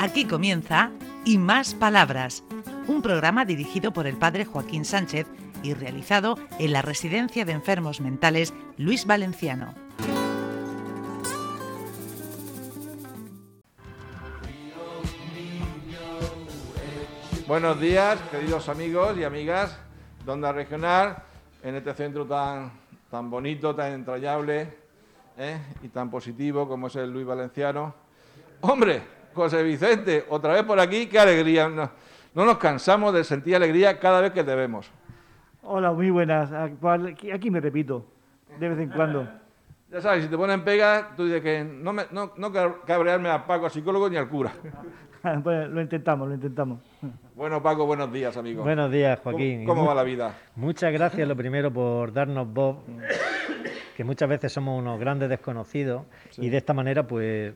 Aquí comienza Y Más Palabras, un programa dirigido por el padre Joaquín Sánchez y realizado en la Residencia de Enfermos Mentales Luis Valenciano. Buenos días, queridos amigos y amigas de Onda Regional, en este centro tan, tan bonito, tan entrañable ¿eh? y tan positivo como es el Luis Valenciano. Hombre, José Vicente, otra vez por aquí, qué alegría. No, no nos cansamos de sentir alegría cada vez que te vemos. Hola, muy buenas. Ah, Aquí, aquí me repito, de vez en cuando. Ya sabes, si te ponen pega, tú dices que no, me, no, no cabrearme a Paco, al psicólogo ni al cura. Ah, Bueno, lo intentamos, lo intentamos. Bueno, Paco, buenos días, amigo. Buenos días, Joaquín. ¿Cómo, cómo va la vida? Muchas gracias, lo primero, por darnos voz, que muchas veces somos unos grandes desconocidos sí. y de esta manera, pues,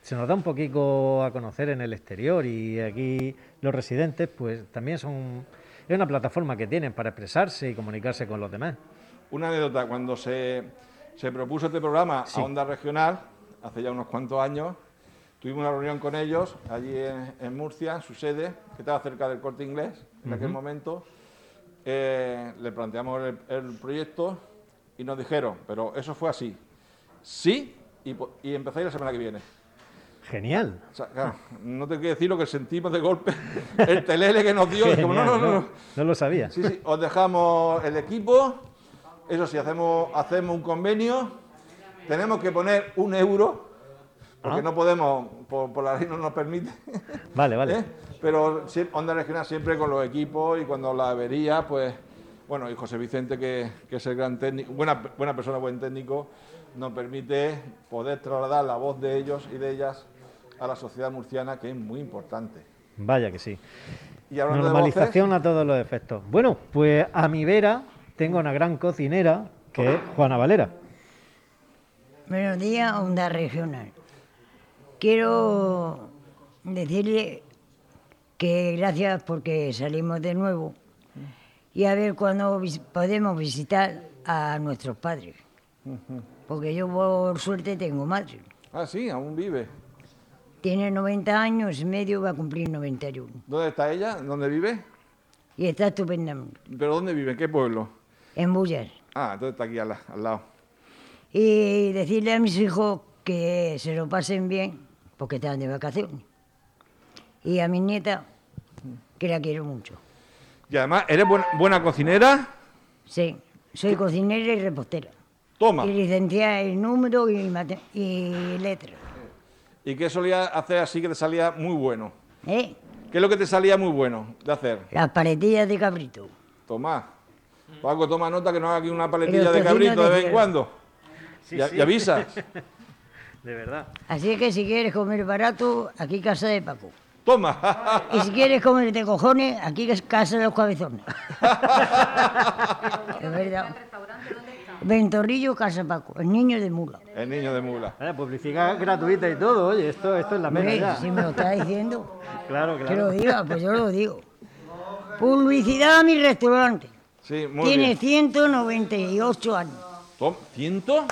se nos da un poquito a conocer en el exterior y aquí los residentes, pues, también son... Es una plataforma que tienen para expresarse y comunicarse con los demás. Una anécdota, cuando se, se propuso este programa sí. a Onda Regional, hace ya unos cuantos años, Tuvimos una reunión con ellos allí en, en, Murcia, en su sede, que estaba cerca del corte inglés en uh -huh. aquel momento. Eh, le planteamos el, el, proyecto y nos dijeron, pero eso fue así. Sí, y, y empezáis la semana que viene. Genial. O sea, claro, no te quiero decir lo que sentimos de golpe, el telele que nos dio. Genial, como, no, no, no, no, no. lo sabía. Sí, sí, os dejamos el equipo. Eso sí, hacemos, hacemos un convenio. Tenemos que poner un euro porque ah. no podemos, por, por, la ley no nos permite. Vale, vale. ¿Eh? Pero Onda Regional siempre con los equipos y cuando la avería, pues, bueno, y José Vicente, que, que es el gran técnico, buena, buena persona, buen técnico, nos permite poder trasladar la voz de ellos y de ellas a la sociedad murciana, que es muy importante. Vaya que sí. Y Normalización voces, a todos los efectos. Bueno, pues a mi vera tengo una gran cocinera, que es Juana Valera. Buenos días, Onda Regional quiero decirle que gracias porque salimos de nuevo y a ver cuándo vis podemos visitar a nuestros padres. Uh -huh. Porque yo por suerte tengo madre. Ah, sí, aún vive. Tiene 90 años y medio, va a cumplir 91. ¿Dónde está ella? ¿Dónde vive? Y está estupendamente. ¿Pero dónde vive? ¿En qué pueblo? En Bullas. Ah, entonces está aquí al, al lado. Y decirle a mis hijos que se lo pasen bien, porque están de vacaciones. Y a mi nieta, que la quiero mucho. Y además, ¿eres buena, buena cocinera? Sí, soy ¿Qué? cocinera y repostera. Toma. Y licenciada en número y, y letras. ¿Y qué solía hacer así que te salía muy bueno? ¿Eh? ¿Qué es lo que te salía muy bueno de hacer? Las paletillas de cabrito. Toma. Paco, toma nota que no haga aquí una paletilla de cabrito de vez en cuando. Sí, y, sí. y avisas. De verdad. Así que si quieres comer barato, aquí casa de Paco. Toma. Y si quieres comer de cojones, aquí es casa de los cabezones. es verdad. Ventorrillo, casa Paco, el niño de mula. El niño de mula. Eh, publicidad gratuita y todo, oye, esto, esto Ah, es la mera ya. Si me lo está diciendo, claro, claro. que lo diga, pues yo lo digo. Publicidad a mi restaurante. Sí, muy Tiene bien. 198 años. ¿Tom? ¿Ciento?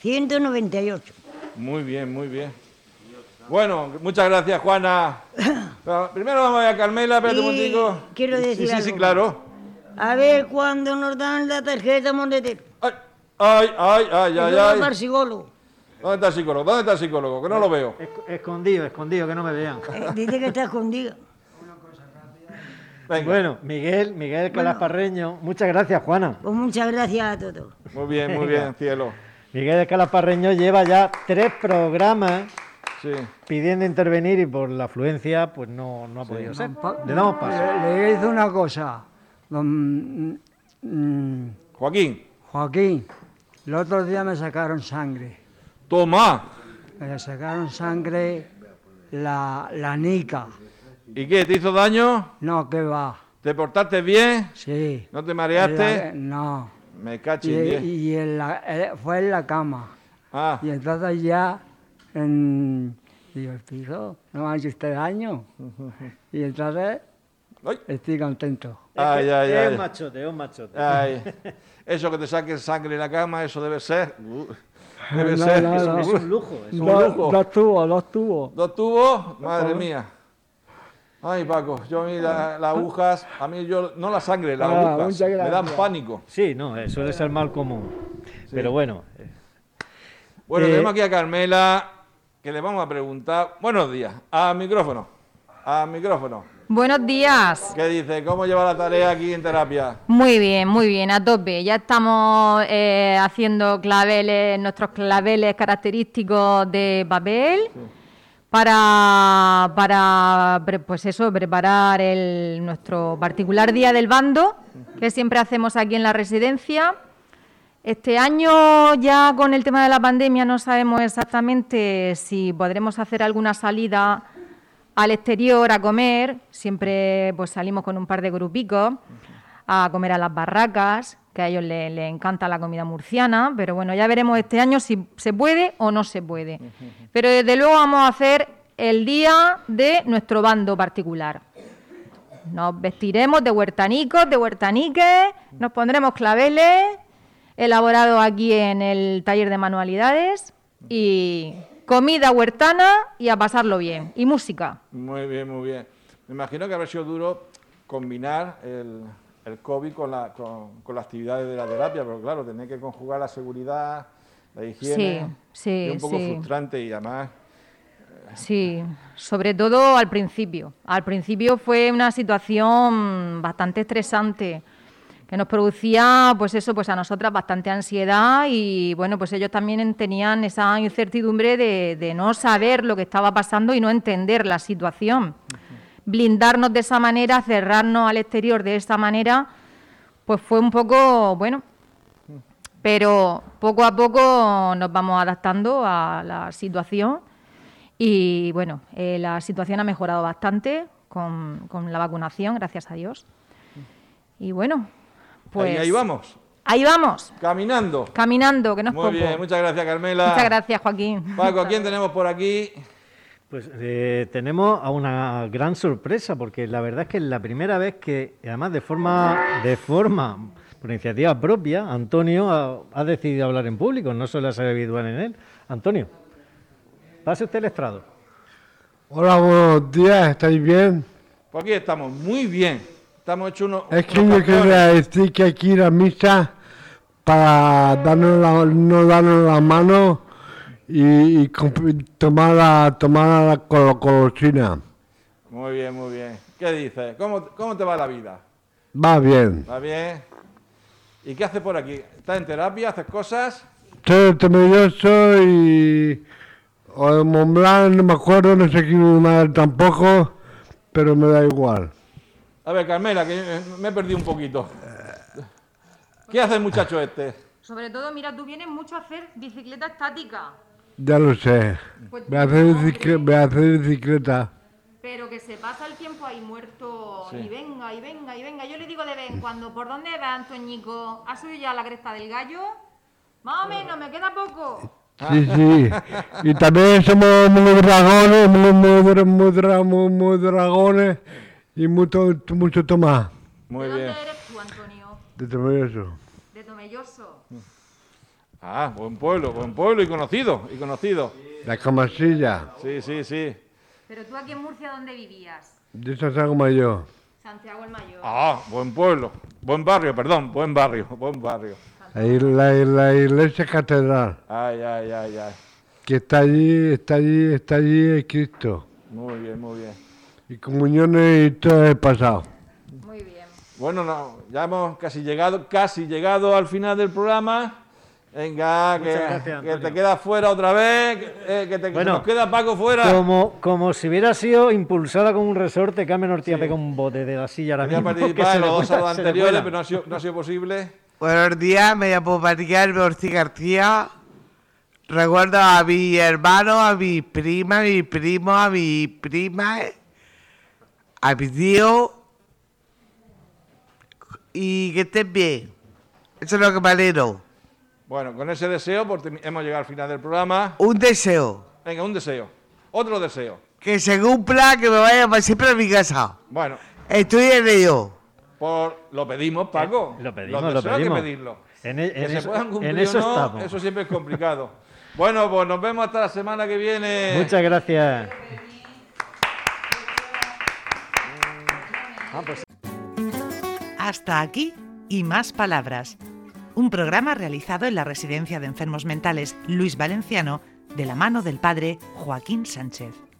198. Muy bien, muy bien. Bueno, muchas gracias, Juana. Pero primero vamos a, a Carmela, espérate un momentito. Quiero Sí, decir. sí, algo. sí, claro. A ver cuándo nos dan la tarjeta monedera. Ay, ay, ay, ay, ay. ¿Dónde está el psicólogo? ¿Dónde está el psicólogo? ¿Dónde está el psicólogo? Que no lo veo. Escondido, escondido, que no me vean. Eh, dice que está escondido. Venga. Bueno, Miguel, Miguel Calasparreño, bueno, muchas gracias, Juana. Pues muchas gracias a todos. Muy bien, muy bien, cielo. Miguel de Calaparreño lleva ya tres programas sí. pidiendo intervenir y por la afluencia pues no, no ha podido sí, ser. Le damos paso. Le, hice una cosa. Don, mm, Joaquín. Joaquín, el otro día me sacaron sangre. Toma. Me sacaron sangre la, la nica. ¿Y qué? ¿Te hizo daño? No, que va. ¿Te portaste bien? Sí. ¿No te mareaste? La, no. Me caché. Y, y en la, eh, fue en la cama. Ah. Y entonces ya, en, digo, piso, no me ha hecho usted daño. Y entonces ¡Ay! estoy contento. Ay, ay, ay. Es Ah, machote, es machote. Ay. Eso que te saquen sangre en la cama, eso debe ser. Debe No, ser. no, es no. un- Es un lujo. es un un- Dos, lujo. dos tubos, dos tubos. ¿Dos tubos? Madre mía. Ay, Paco, yo a mí la- las agujas, a mí yo, no la sangre, las Ah, agujas, muchas me dan gracias. pánico. Sí, no, eh, suele ser mal común. Pero bueno, eh, Bueno, Eh, tenemos aquí a Carmela, que le vamos a preguntar, buenos días, al micrófono, al micrófono. Buenos días. ¿Qué dice? ¿Cómo lleva la tarea aquí en terapia? Muy bien, muy bien, a tope. Ya estamos eh, haciendo claveles, nuestros claveles característicos de papel para, para pre- pues eso, preparar el, nuestro particular día del bando que siempre hacemos aquí en la residencia. Este año ya con el tema de la pandemia no sabemos exactamente si podremos hacer alguna salida al exterior a comer. Siempre pues salimos con un par de grupicos a comer a las barracas, que a ellos le- les, encanta la comida murciana, pero bueno, ya veremos este año si se puede o no se puede. Pero desde luego vamos a hacer el día de nuestro bando particular. Nos vestiremos de huertanicos, de huertaniques, nos pondremos claveles elaborados aquí en el taller de manualidades y comida huertana y a pasarlo bien. Y música. Muy bien, muy bien. Me imagino que habrá sido duro combinar el, el COVID con, la, con, con las actividades de la terapia, pero claro, tener que conjugar la seguridad, la higiene. Sí, sí, es un poco sí. frustrante y además Sí, sobre todo al principio. Al principio fue una situación bastante estresante que nos producía, pues eso, pues a nosotras bastante ansiedad y bueno, pues ellos también en- tenían esa incertidumbre de, de no saber lo que estaba pasando y no entender la situación. Blindarnos de esa manera, cerrarnos al exterior de esa manera, pues fue un poco, bueno, pero poco a poco nos vamos adaptando a la situación y bueno, eh, la situación ha mejorado bastante con, con la vacunación, gracias a Dios. Y bueno, pues ahí, ahí vamos, ahí vamos, caminando. caminando, que no es Muy poco. bien, muchas gracias Carmela. Muchas gracias, Joaquín. Paco, ¿a quién tenemos por aquí? Pues eh, tenemos a una gran sorpresa, porque la verdad es que es la primera vez que, y además de forma, de forma, por iniciativa propia, Antonio ha, ha decidido hablar en público, no suele ser habitual en él. Antonio, pase usted el estrado. Hola, buenos días, ¿estáis bien? Por aquí estamos, muy bien. Estamos hechos unos. Es que unos yo quería campeones. decir que aquí la misa para darnos la, no darnos la mano y, y comp- tomar la, tomar la colo- colosina. Muy bien, muy bien. ¿Qué dices? ¿Cómo, ¿Cómo te va la vida? Va bien. ¿Va bien? ¿Y qué haces por aquí? ¿Estás en terapia? ¿Haces cosas? Soy temeroso este y. O de Montblanc, no me acuerdo, no sé quién más tampoco, pero me da igual. A ver, Carmela, que eh, me he perdido un poquito. ¿Qué hace el muchacho este? Sobre todo, mira, tú vienes mucho a hacer bicicleta estática, Ya lo sé. Pues Voy a hacer no, bicicle- hombre. voy a hacer bicicleta. pero que se pasa el tiempo ahí muerto y venga, y venga, y venga. Yo le digo de vez en cuando, ¿por dónde va Antoñico? ¿Ha subido ya la cresta del gallo? Más o menos, me queda poco. Sí, sí. Y también somos muy dragones, muy, muy, dra- muy, dra- muy, muy dragones y mucho, mucho tomás. Muy ¿De dónde bien. eres tú, Antonio? De temeroso. De Tomelloso. Ah, buen pueblo, buen pueblo y conocido, y conocido. La camasilla. Sí, sí, sí. Pero tú aquí en Murcia, ¿dónde vivías? De esa San Mayor. Santiago el Mayor. Ah, buen pueblo. Buen barrio, perdón, buen barrio, buen barrio. Ahí la, la iglesia catedral, Ay, ay, ay, ay. que está allí, está allí, está allí el Cristo. Muy bien, muy bien. Y comuniones y todo el pasado. Muy bien. Bueno, no, ya hemos casi llegado, casi llegado al final del programa. Venga, que, Muchas gracias, que te Antonio. quedas fuera otra vez, que, eh, que te, que Bueno. nos queda Paco fuera. Como, como si hubiera sido impulsada con un resorte, Carmen Ortiz ha pegado un bote de la silla ahora Quería mismo. que participar se en le los dos vuela- saludos se le anteriores, vuela. pero no ha sido, no ha sido posible. Buenos días, me llamo María Ortiz García. Recuerdo a mi hermano, a mi prima, a mi primo, a mi prima, a mi tío. Y que estén bien. Eso es lo que me alegro. Bueno, con ese deseo, porque hemos llegado al final del programa. Un deseo. Venga, un deseo. Otro deseo. Que se cumpla, que me vaya para siempre a mi casa. Bueno, Estoy en ello. por, lo pedimos, Paco. Eh, Lo pedimos, Los lo deseos hay pedimos. que pedirlo. En e- que en se eso- puedan cumplir en eso o no, estamos. eso siempre es complicado. Bueno, pues nos vemos hasta la semana que viene. Muchas gracias. Hasta aquí y más palabras. Un programa realizado en la Residencia de Enfermos Mentales Luis Valenciano de la mano del padre Joaquín Sánchez.